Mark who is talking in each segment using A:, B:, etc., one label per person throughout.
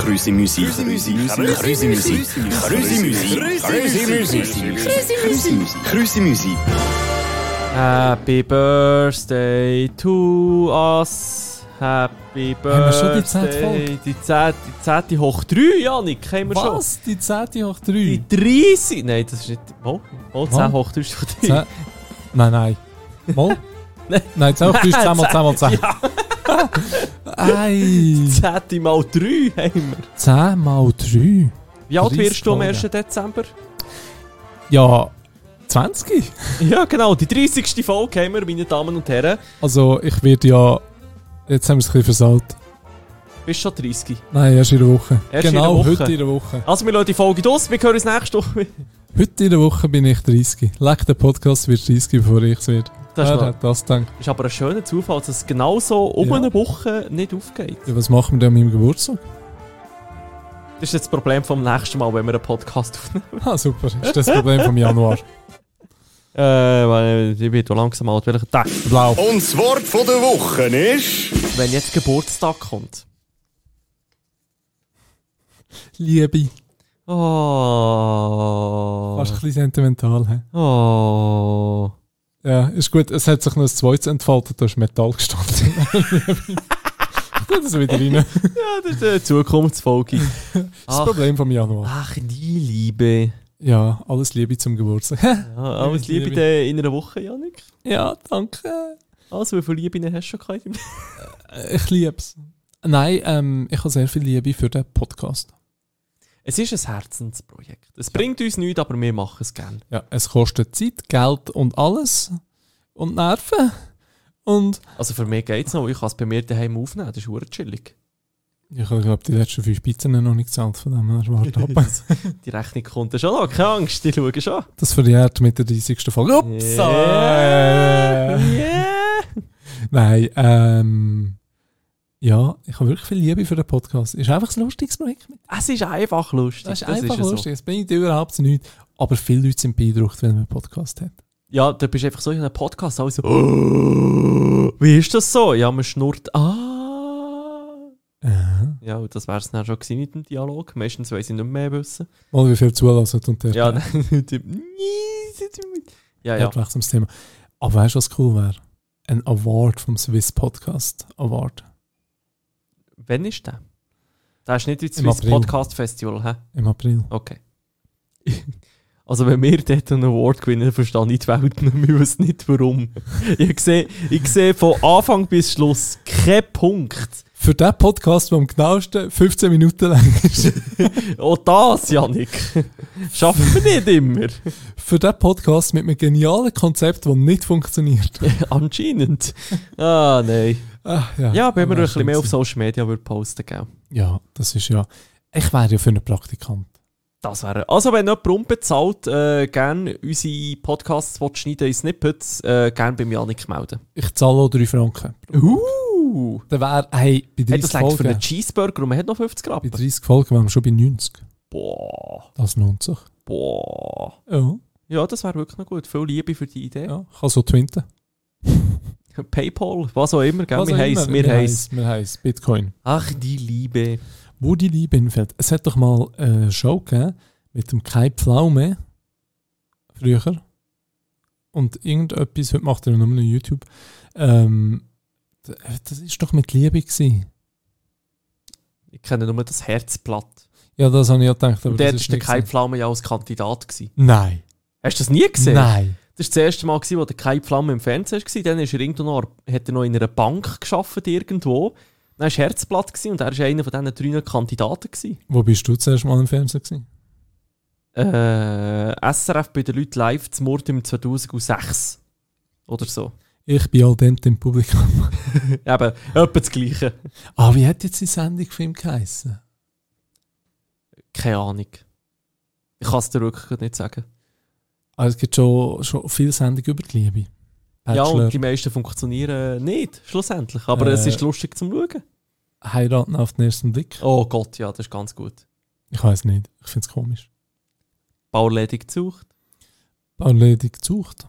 A: Krüsi Musik. Krüsi Musik. Krüsi Musik. Krüsi Musik. Krüsi Musik. Krüsi Musik. Krüsi Musik.
B: Happy Birthday to us. Happy
C: Haben wir schon die zehnte
B: Birthday.
C: Folge?
B: Die 10. Die 10. hoch 3, Janik. Haben wir schon.
C: Was? Die 10 hoch
B: Die
C: 3?
B: 30. Nein, das ist nicht. Oh, oh 10
C: Mal.
B: hoch 3 ist doch die.
C: Nein, nein. Mal?
B: Nein.
C: Nein, 10 hoch 3 ist 10 mal 10 mal 10.
B: Ja,
C: Ei,
B: 10. mal 3 haben wir.
C: 10 mal 3?
B: Wie alt
C: 30
B: wirst du am
C: Folgen.
B: 1. Dezember?
C: Ja, 20?
B: Ja, genau. Die 30. Folge haben wir, meine Damen und Herren.
C: Also, ich werde ja... Jetzt haben wir es ein bisschen versaut.
B: Bist schon 30.
C: Nein, erst in der Woche.
B: Erst in
C: genau,
B: der Woche.
C: heute in der Woche.
B: Also, wir lassen die Folge los. Wir hören uns nächste Woche.
C: Heute in der Woche bin ich 30. Leck, der Podcast wird 30, bevor ich es werde.
B: Das ist,
C: Wer
B: mal,
C: hat das gedacht?
B: ist aber ein schöner Zufall, dass es genau so um
C: Ja.
B: eine Woche nicht aufgeht.
C: Ja, was machen wir denn an meinem Geburtstag?
B: Das ist jetzt das Problem vom nächsten Mal, wenn wir einen Podcast aufnehmen.
C: Ah, super. Ist das Problem vom Januar.
B: Äh, weil ich bin hier langsam alt. Welcher Tag?
C: Blau.
A: Und das Wort von der Woche ist...
B: Wenn jetzt Geburtstag kommt.
C: Liebe.
B: Oh.
C: Fast ein bisschen sentimental, hä?
B: Oh.
C: Ja, ist gut. Es hat sich noch ein zweites entfaltet, da ist Metall gestanden. Tut das wieder rein. Das
B: Ja, das ist eine Zukunftsfolge. Ach,
C: Problem vom Januar.
B: ach, nie Liebe.
C: Ja, alles Liebe zum Geburtstag.
B: Ja, alles
C: Alles
B: Liebe
C: Liebe.
B: dir in einer Woche, Janik.
C: ja, danke.
B: Also, wie viel Liebe hast du schon gehabt?
C: Ich lieb's. Nein, ähm, ich habe sehr viel Liebe für den Podcast.
B: Es ist ein Herzensprojekt. Es bringt uns nichts, aber wir machen es gerne.
C: Ja, es kostet Zeit, Geld und alles. Und Nerven. Und
B: Also, für mich geht es noch. Ich kann es bei mir daheim aufnehmen. Das ist verdammt chillig.
C: ich glaube, die letzten fünf Pizzen haben noch nicht gezahlt, von dem her warte ab.
B: Die Rechnung kommt dann schon noch. Keine Angst, die schauen schon.
C: Das verjährt mit der 30. Folge. Ups!
B: Yeah.
C: äh.
B: Yeah.
C: Nein, ähm. Ja, ich habe wirklich viel Liebe für den Podcast. Ist einfach ein lustiges Projekt.
B: Es ist einfach lustig.
C: Das ist
B: Das
C: einfach
B: ja so.
C: lustig. Es bringt überhaupt nichts. Aber viele Leute sind beeindruckt, wenn man einen Podcast hat.
B: Ja, da bist du einfach so in einem Podcast. Also, wie ist das so? Ja, man schnurrt. Ah.
C: Aha.
B: Ja, und das wäre es dann schon gewesen mit dem Dialog. Meistens weiss ich nicht mehr wissen.
C: Mal wie viel zulassen und der
B: Ja,
C: der
B: dann- die- Nee, sind sie mit- ja, ja.
C: hat recht ums Thema. Aber weißt du, was cool wäre? Ein Award vom Swiss Podcast Award
B: Wann ist der? Der ist nicht ins
C: Im
B: Swiss
C: April.
B: Podcast Festival, hä?
C: im April.
B: Okay. Also wenn wir dort einen Award gewinnen, verstehe ich die Welt nicht mehr, ich weiss nicht warum. Ich sehe, ich sehe von Anfang bis Schluss keinen Punkt.
C: Für den Podcast, der am genauesten 15 Minuten lang ist.
B: Auch das, Janik, schaffen wir nicht immer.
C: Für den Podcast mit einem genialen Konzept, das nicht funktioniert.
B: Anscheinend. Ah, nein.
C: Ah,
B: Ja, wenn wir ein
C: Ja,
B: bisschen mehr auf
C: schön.
B: Social Media würden posten gell?
C: Ja, das ist ja. Ich wäre ja für einen Praktikant.
B: Das wäre... Also wenn jemand rumbezahlt, äh, gerne unsere Podcasts will schneiden in Snippets, äh, gerne bei Janik melden.
C: Ich zahle auch 3 Franken.
B: Uh!
C: Dann wäre, hey, bei
B: Hey,
C: 30
B: das reicht für einen
C: Folgen.
B: Cheeseburger und man hat noch 50
C: Bei
B: Rappen.
C: 30 Folgen wären wir schon bei 90.
B: Boah...
C: Das lohnt sich.
B: Boah.
C: Ja,
B: Ja, das wäre wirklich noch gut. Viel Liebe für die Idee.
C: ja. Kann so twinten.
B: PayPal, was auch immer, gell?
C: Was
B: wir
C: auch
B: heißen,
C: immer.
B: wir heißen.
C: heissen's, Wir heißen Bitcoin.
B: Ach, die Liebe.
C: Wo die Liebe hinfällt. Es hat doch mal äh, eine Show gegeben mit dem Kai Pflaume. Früher. Und irgendetwas, heute macht er ja nur noch YouTube. Ähm, d- das ist doch mit Liebe gewesen.
B: Ich kenne nur das Herzblatt.
C: Ja, das habe ich ja gedacht. Aber
B: Und dort
C: das
B: war der
C: nicht
B: Kai
C: gewesen.
B: Pflaume ja als Kandidat. Gewesen.
C: Nein.
B: Hast du das nie gesehen?
C: Nein.
B: Das war das erste Mal, gewesen, wo der Kai Pflaume im Fernsehen war. Dann ist er irgendwo noch, hat er noch in einer Bank gearbeitet irgendwo. Dann war Herzblatt gewesen, und er war einer von diesen drei Kandidaten. Gewesen.
C: Wo bist du zuerst mal im Fernsehen gewesen?
B: Äh, SRF bei den Leuten live zum Mord im 2006. Oder so.
C: Ich bin al dente im Publikum.
B: Eben, etwa das Gleiche.
C: Ah, wie hat jetzt die Sendung für ihn geheissen?
B: Keine Ahnung. Ich kann es dir wirklich gerade nicht sagen.
C: Ah, es gibt schon, schon viele Sendungen über die Liebe.
B: Ja,
C: Bachelor,
B: und die meisten funktionieren nicht, schlussendlich. Aber
C: Äh.
B: es ist lustig zum Schauen.
C: heiraten auf den ersten Blick.
B: Oh Gott, ja, das ist ganz gut.
C: Ich weiß nicht. Ich finde es komisch.
B: Bauledig Zucht.
C: Erledigt gesucht.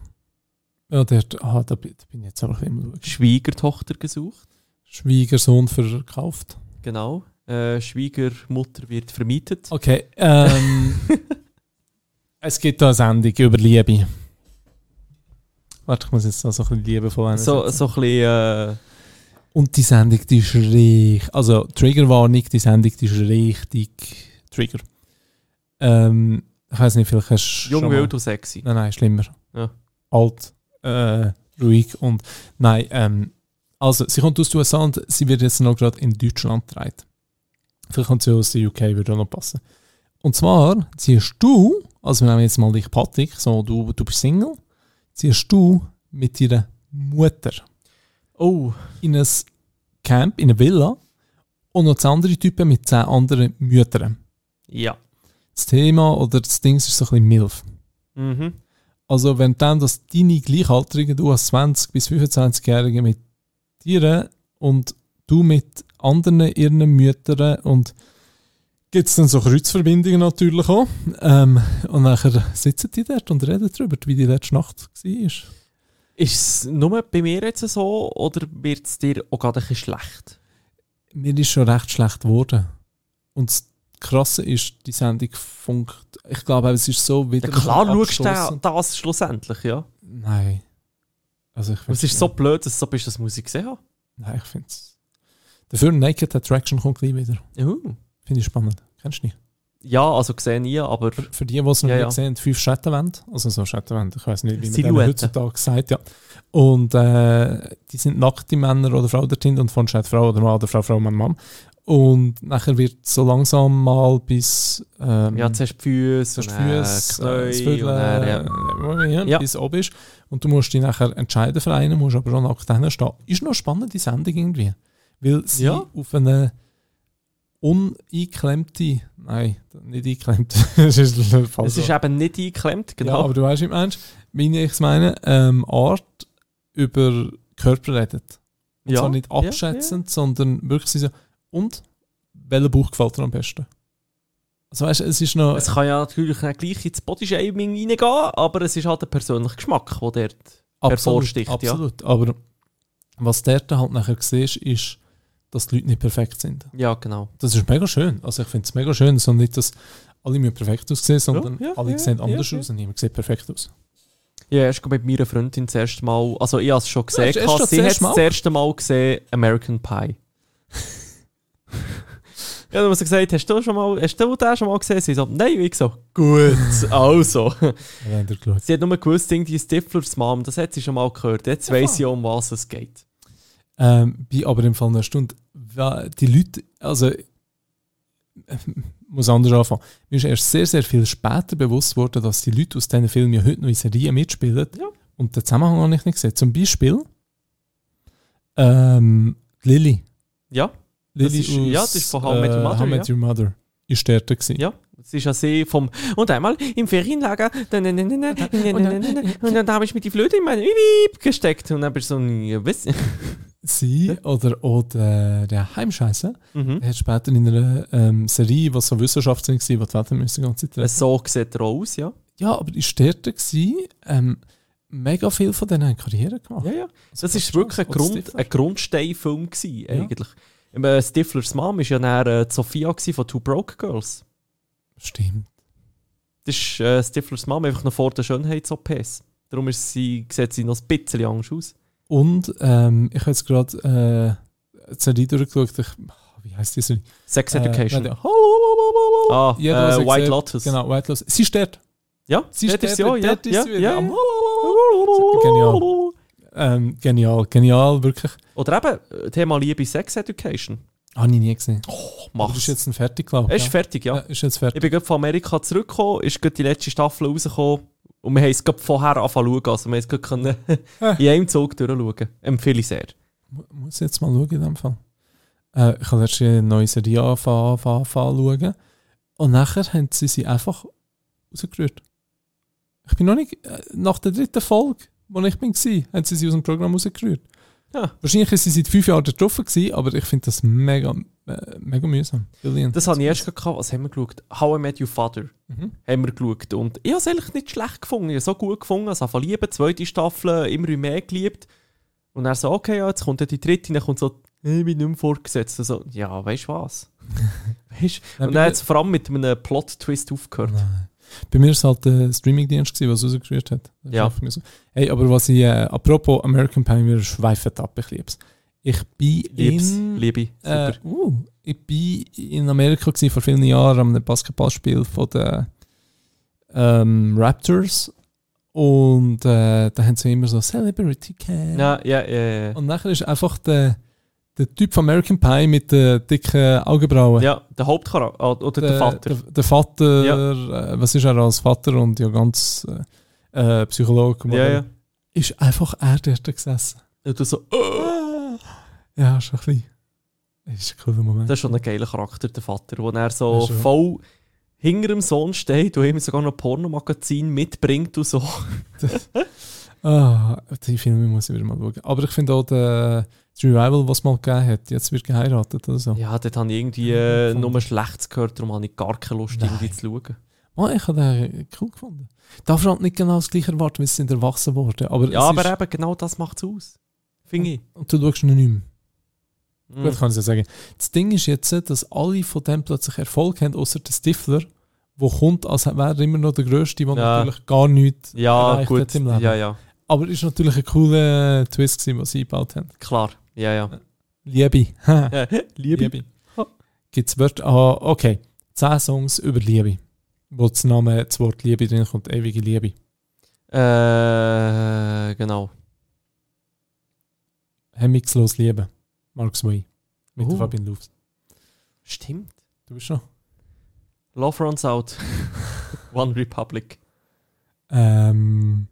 C: Ja, der, ah, da, bin- da bin ich jetzt aber ein bisschen am Schauen.
B: Schwiegertochter gesucht.
C: Schwiegersohn verkauft.
B: Genau. äh, Schwiegermutter wird vermietet.
C: Okay, ähm, es gibt da eine Sendung über Liebe. Warte, ich muss jetzt noch so ein bisschen Liebe von
B: So, so ein bisschen, äh,
C: Und die Sendung, die ist richtig. Also, Triggerwarnung, die Sendung, die ist richtig. Trigger. Ähm, ich weiß nicht, vielleicht hast du.
B: jung,
C: schon mal-
B: wild und sexy.
C: Nein, nein, schlimmer.
B: Ja.
C: Alt, äh, ruhig und. Nein, ähm, also, sie kommt aus den USA und sie wird jetzt noch gerade in Deutschland gedreht. Vielleicht kommt sie aus der UK, würde auch noch passen. Und zwar ziehst du, also wir nehmen jetzt mal dich, Patrick, so, du, du bist Single, ziehst du mit deiner Mutter
B: Oh,
C: in ein Camp, in eine Villa und noch zwei andere Typen mit zehn anderen Müttern.
B: ja.
C: Das Thema oder das Ding ist so ein bisschen MILF.
B: Mhm.
C: Also wenn dann das deine Gleichaltrigen, du als 20- bis 25-Jährige mit dir und du mit anderen ihren Müttern und gibt es dann so Kreuzverbindungen natürlich auch. Ähm, und nachher sitzen die dort und reden darüber, wie die letzte Nacht war.
B: Ist es nur bei mir jetzt so oder wird es dir auch gerade ein bisschen schlecht?
C: mir ist schon recht schlecht geworden. Und das Krasse ist, die Sendung funkt. Ich glaube, es ist so wieder.
B: Ja, klar schaust du da- das schlussendlich, ja.
C: Nein. Also ich
B: Aber es
C: find's-
B: ist so blöd, dass du so bist, dass Musik gesehen habe.
C: Nein, ich finde es. Dafür Naked Attraction kommt gleich wieder.
B: Uh.
C: Finde ich spannend. Kennst du nicht?
B: Ja, also gesehen nie, aber
C: Für, für die, die es noch
B: Ja,
C: nicht
B: ja.
C: gesehen haben, fünf Schattenwände. Also so Schattenwände, ich weiß nicht, wie man denen
B: Silhouetten.
C: heutzutage sagt. Ja. Und äh, die sind nackte Männer oder Frau dorthin und von Schat Frau oder Mann oder Frau, Frau, Mann, Mann. Und nachher wird so langsam mal bis. Ähm,
B: ja, zuerst die Füße,
C: zuerst
B: und
C: die
B: dann
C: Füße, äh,
B: Knäuel
C: das Viertel,
B: und dann, ja.
C: ja.
B: Ja.
C: bis oben ist. Und du musst dich nachher entscheiden für einen, musst aber auch nackt hinstehen. Ist noch eine spannende Sendung irgendwie. Weil sie
B: Ja.
C: auf eine uneingeklemmte, nein, nicht eingeklemmte, das ist der Fall.
B: Es ist eben nicht eingeklemmt,
C: Also Ja,
B: genau.
C: aber du weißt, im Mensch, wie ich es meine, ähm, Art über Körper redet. Und
B: Ja,
C: zwar nicht
B: ja, ja.
C: abschätzend, sondern wirklich so, und welcher Bauch gefällt dir am besten? Also weißt du, es ist noch.
B: Es kann ja natürlich auch gleich ins Bodyshaming reingehen, aber es ist halt der persönliche Geschmack, der dort. hervorsticht, ja.
C: absolut. Aber was der dann halt nachher siehst, ist, dass die Leute nicht perfekt sind.
B: Ja, genau.
C: Das ist mega schön. Also ich finde es mega schön, sondern nicht, dass alle müssen perfekt aussehen, sondern
B: ja,
C: alle
B: ja,
C: sehen
B: ja,
C: anders
B: ja.
C: aus und niemand sieht perfekt aus.
B: Ja, erst mit meiner Freundin das erste Mal, also ich habe es schon gesehen,
C: hast du erst
B: gehabt,
C: schon
B: sie hat
C: das erste Mal?
B: das erste Mal gesehen, American Pie. ja, dann hat sie gesagt, hast du, schon mal, hast du den schon mal gesehen? Sie so, nein, ich so, gut, also.
C: Wenn ihr schaut.
B: Sie hat nur gewusst, die Stiflers Mom, das hat sie schon mal gehört, jetzt weiss sie, um was es geht.
C: Ähm, bin aber im Fall einer Stunde. wa- Die Leute, also äh, muss anders anfangen. Mir ist erst sehr, sehr viel später bewusst worden, dass die Leute aus diesen Filmen ja heute noch in Serien mitspielen.
B: Ja.
C: Und den Zusammenhang habe ich nicht gesehen. Zum Beispiel ähm, die Lilly.
B: Ja, Das
C: Lilly äh,
B: ist- ja, das ist von How I Met Your Mother,
C: How I Met Your Mmother. Ist der da gewesen.
B: ja. Es ist ja sie vom, und einmal im Ferienlager, dann- dann- dann- dann- dann- dann- dann- dann- dann- dann- und dann habe ich mir die Flöte in meinen Wiip gesteckt und dann bist du so, ja, weiss-
C: Sie oder, oder der Heimscheiße.
B: mhm.
C: Er hat später in einer ähm, Serie, die so Wissenschaftler war, die Welt müssen die ganze Zeit
B: So sieht er auch aus, ja.
C: Ja, aber ist der da gewesen, ähm, mega viel von denen haben Karriere gemacht.
B: Ja, ja.
C: Also
B: Das
C: fast
B: war wirklich ein,
C: alles. Oder
B: Grund,
C: Stifler.
B: ein Grundsteinfilm, gewesen,
C: Ja.
B: eigentlich. Äh, Stiflers Mom war ja dann äh, die Sophia gewesen von Two Broke Girls.
C: Stimmt.
B: Das ist äh, Stiflers Mom einfach noch vor der Schönheits-OPs. Darum ist sie, sieht sie noch ein bisschen anders aus.
C: Und ähm, ich habe jetzt gerade äh, die Serie durchgeschaut. Ich, Ah, wie heißt die Serie?
B: Sex
C: Äh,
B: Education.
C: warte. Ho, ho, ho, ho, ho.
B: Ah,
C: Jeder, was
B: äh,
C: er
B: White
C: sieht.
B: Lotus.
C: Genau, White Lotus. Sie ist dort.
B: Ja,
C: Sie ist
B: dort ist sie
C: dort,
B: auch, ja.
C: dort ist
B: ja,
C: sie wieder
B: ja,
C: am-
B: ja.
C: Genial. Ähm, genial, genial, wirklich.
B: Oder eben, äh, Thema Liebe Sex Education.
C: Habe ich nie gesehen. Oh,
B: Mach's.
C: du bist jetzt ein fertig, glaube
B: Er
C: ich.
B: ist fertig, ja.
C: Ja, Äh, ist jetzt fertig.
B: Ich bin gerade von Amerika zurückgekommen, ist gerade die letzte Staffel rausgekommen und wir haben es gerade vorher angefangen zu schauen. Also wir haben es gerade können in einem Zug durchschauen. Empfehle ich sehr.
C: Mu- Muss jetzt mal schauen in dem Fall. Äh, ich habe letztens eine neue Serie anfangen, anfangen, anfangen schauen. Und nachher haben sie sie einfach rausgerührt. Ich bin noch nicht, äh, nach der dritten Folge, wo ich bin, war, haben sie sie aus dem Programm rausgerührt.
B: Ja.
C: Wahrscheinlich sind sie seit fünf Jahren da drauf, gewesen, aber ich finde das mega, äh, mega mühsam. Brilliant.
B: Das habe ich erst gehabt. Was haben wir geschaut? How I Met Your Father
C: Mhm.
B: haben wir geschaut. Und ich habe es eigentlich nicht schlecht gefunden. Ich habe es so gut gefunden. Ich habe lieben, zweite Staffel immer mehr geliebt. Und er so, okay, ja, jetzt kommt ja die dritte. Dann kommt so, äh, ich bin nicht mehr vorgesetzt. Also, ja, weißt du was? weißt,
C: Nein,
B: und
C: bei-
B: dann hat es vor allem mit einem Plot-Twist aufgehört.
C: Nein. Bei mir war es halt der Streamingdienst, gewesen, was rausgerührt hat. Das
B: Ja.
C: war für mich so. Hey, aber was ich, äh, apropos American Pie, wir schweifen ab, ich lieb's. Ich bin
B: Liebs,
C: in,
B: liebe.
C: äh,
B: Super.
C: uh, ich bin in Amerika gewesen, vor vielen Jahren am Basketballspiel von den ähm, Raptors und äh, da haben sie immer so Celebrity Cam.
B: ja, ja, äh, ja. ja.
C: Und nachher ist einfach der, der Typ von American Pie mit den dicken Augenbrauen.
B: Ja, der Hauptcharakter ah, oder der, Vater.
C: Der, der Vater, äh, was ist er als Vater und ja ganz äh, äh, Psychologe.
B: ja, ja.
C: Ist einfach er dort gesessen.
B: Und du so,
C: Ah! Ja, schon ein bisschen. Ist ein cooler Moment.
B: das ist schon ein geiler Charakter, der Vater, wo er
C: Ja,
B: so
C: schon.
B: voll hinter dem Sohn steht und ihm sogar noch ein Pornomagazin mitbringt und so.
C: Ah, die Filme muss ich wieder mal schauen. Aber ich finde auch der, das Revival, was es mal gegeben hat, jetzt wird geheiratet oder so.
B: Ja, dort habe ich irgendwie äh,
C: Gefunden.
B: nur Schlechtes gehört, darum habe ich gar keine Lust,
C: Nein.
B: irgendwie zu schauen.
C: Oh, ich habe den cool gefunden. Darf ich halt nicht genau das gleiche erwarten, weil sie sind erwachsen worden. Aber
B: Ja,
C: es
B: aber
C: ist,
B: eben, genau das macht es aus. Finde ich.
C: und du schaust ihn nicht mehr.
B: Mhm.
C: Gut, kann ich ja sagen. Das Ding ist jetzt, dass alle von dem plötzlich Erfolg haben, außer der Stifler, der kommt, als wäre er immer noch der Größte, der
B: Ja.
C: natürlich gar nichts
B: Mhm. Ja,
C: erreicht
B: gut.
C: hat im Leben.
B: Ja, ja.
C: Aber ist natürlich ein cooler Twist, gewesen, den sie eingebaut haben.
B: Klar. Ja, ja.
C: Liebe. Ha,
B: Liebe. Ha.
C: Gibt's Wörter? Ah, okay. Zehn Songs über Liebe. Wo das Name, das Wort Liebe drin kommt, ewige Liebe.
B: Äh, genau.
C: Hemmungslos Liebe. Mark Sway. Mit
B: Oh.
C: Fabian Lufs.
B: Stimmt.
C: Du bist schon.
B: Love runs out. One Republic.
C: Ähm.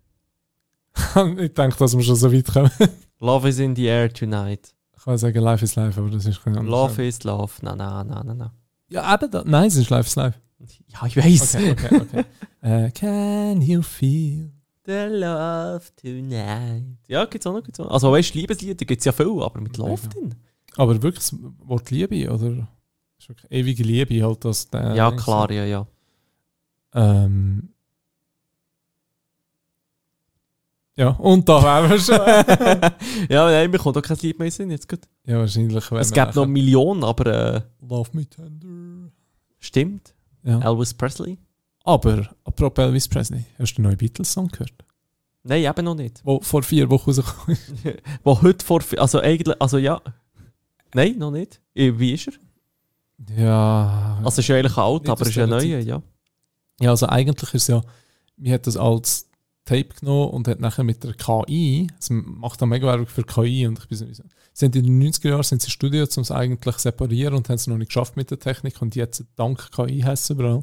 C: ich denke, dass wir schon so weit kommen.
B: Love is in the air tonight.
C: Ich kann sagen, Life is Life, aber das ist kein anderes.
B: Love is love. Na, na, na, na, na.
C: Ja, eben, da, nein, es ist Life is Life.
B: Ja, ich weiß.
C: Okay, okay, okay. äh, can you feel?
B: The love tonight. Ja, gibt's auch noch. Gibt's auch noch. Also, weißt du, Liebeslieder gibt's ja viel, aber mit Love
C: Mega.
B: drin.
C: Aber wirklich, das Wort Liebe, oder? Ist wirklich Ewige Liebe halt, das der.
B: Ja, klar, ja, ja.
C: Ähm, ja, und da wären wir schon.
B: ja, nein, mir kommt auch kein Lied mehr in den Sinn. Jetzt gut.
C: eh, ja, wahrscheinlich. wenn
B: Es
C: wir
B: gibt noch
C: nachher-
B: Millionen, aber äh,
C: Love Me Tender.
B: stimmt.
C: Ja.
B: Elvis Presley?
C: Aber, apropos Elvis Presley, hast du den neuen Beatles-Song gehört?
B: Nein, eben noch nicht.
C: Wo vor vier Wochen rausgekommen ist.
B: Wo heute vor. Also eigentlich. Also ja. Nein, noch nicht. Äh, Wie ist er?
C: Ja.
B: Also ist ja eigentlich alt,
C: Nicht
B: aber
C: aus
B: ist ja
C: dieser
B: neu,
C: Zeit.
B: ja.
C: Ja, also eigentlich ist es ja, wir hat das als Tape genommen und hat nachher mit der KI, es macht dann mega Werbung für KI und ich bin so, sie sind in den 90er Jahren sind sie studiert, um es eigentlich zu separieren und haben es noch nicht geschafft mit der Technik und jetzt dank KI heisst es überall.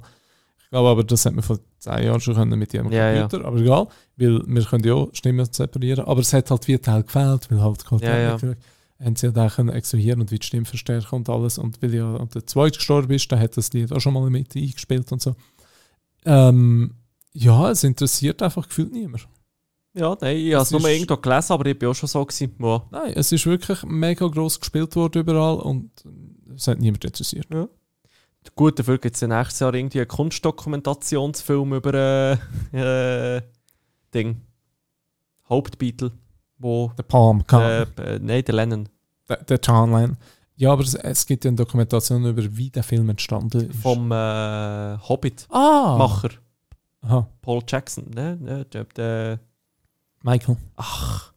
C: Ich glaube aber, das hat man vor zehn Jahren schon können mit ihrem
B: Ja, ja.
C: Computer, aber egal, weil wir können ja auch Stimmen separieren, aber es hat halt wie ein Teil gefehlt, weil halt keine
B: Ja, ja.
C: Technik- haben sie ja da können extrahieren und wie die Stimme verstärken und alles und weil ja der Zweite gestorben ist, da hat das Lied auch schon mal mit eingespielt und so. Ähm, ja, es interessiert einfach gefühlt niemand.
B: Ja, nein, ich habe es
C: Es
B: nur
C: ist-
B: irgendwo gelesen, aber ich bin auch schon so gewesen. Ja.
C: Nein, es ist wirklich mega groß gespielt worden überall und es hat niemand interessiert.
B: Gut, dafür gibt es ja nächstes Jahr irgendwie einen Kunstdokumentationsfilm über äh, äh, Ding. Hauptbeatle, wo.
C: Der Palm,
B: Äh,
C: Kahn,
B: äh, nein, der Lennon.
C: der, der Timeline. Ja, aber es, es gibt ja eine Dokumentation über, wie der Film entstanden ist.
B: Vom äh, Hobbit-Macher.
C: ah, Aha,
B: Paul Jackson. Ne, ne, der, der,
C: Michael.
B: ach.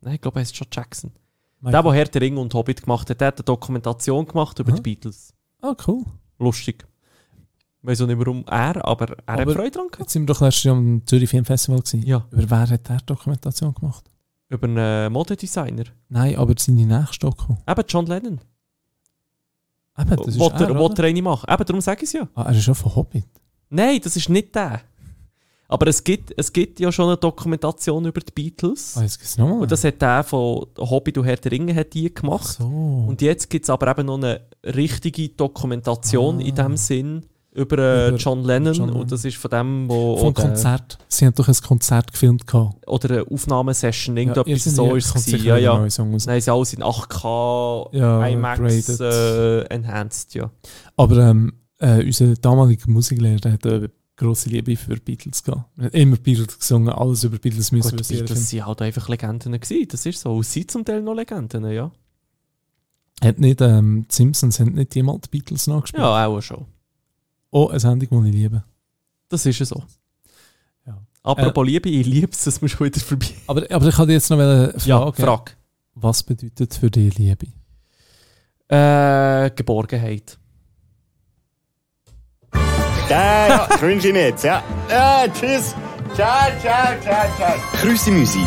B: Nein, ich glaube, er ist schon Jackson. Der,
C: Michael.
B: der Herr der Ring und Hobbit gemacht hat, der hat eine Dokumentation gemacht über
C: Aha.
B: die Beatles.
C: Ah, cool.
B: Lustig. Ich weiß auch nicht warum er, aber er
C: Aber-
B: hat Freude dran gehabt.
C: Jetzt sind wir doch letztes Jahr am Zürich Film Festival gewesen.
B: Ja.
C: Über wer hat der Dokumentation gemacht?
B: Über einen äh, Modedesigner.
C: Nein, aber seine nächste Doku.
B: Eben John Lennon.
C: Eben, das ist
B: Wollte
C: er,
B: er,
C: oder?
B: will er eine machen. Eben, darum sage ich es ja.
C: Ah, er ist ja von Hobbit.
B: Nein, das ist nicht der. Aber es gibt, es gibt ja schon eine Dokumentation über die Beatles.
C: Ah, jetzt gibt es nochmal.
B: Und das hat der von Hobbit und Herr der Ringe hat die
C: Ach
B: gemacht.
C: so.
B: Und jetzt gibt es aber eben noch eine richtige Dokumentation
C: Ah.
B: in dem Sinn über, äh,
C: Über
B: John Lennon.
C: John Lennon.
B: Und das ist von dem, wo.
C: Vom
B: oder-
C: Konzert. Sie haben doch ein Konzert gefilmt. Gehabt.
B: Oder eine Aufnahmesession, irgendetwas
C: irgendwie
B: so ist
C: kommt
B: es. gewesen. Ja,
C: sicher ein
B: ja.
C: neuer Song raus.
B: Nein, sie alles in 8K,
C: Ja,
B: IMAX,
C: upgraded.
B: äh, enhanced, ja.
C: Aber ähm, äh, unser damaliger Musiklehrer der hat eine grosse Liebe für Beatles gehabt. Er hat immer Beatles gesungen, alles über Beatles müssen
B: Gut,
C: wir
B: das
C: sehr
B: sind halt einfach Legenden gewesen. Das ist so. Und sie sind zum Teil noch Legenden, ja.
C: Hat nicht, ähm, die Simpsons haben nicht jemand die Beatles nachgespielt.
B: Ja, auch schon.
C: Oh, eine Sendung, die ich liebe.
B: Das ist ja so.
C: Ja.
B: Apropos Liebe, ich liebe es, dass wir schon wieder vorbei
C: Aber, aber ich hatte jetzt noch eine Frage.
B: Ja, Frage.
C: Was bedeutet für dich Liebe?
B: Äh, Geborgenheit.
A: Da, cringe ich nicht. Ja. Ah, tschüss. Ciao, ciao, ciao, ciao. Grüße Musik.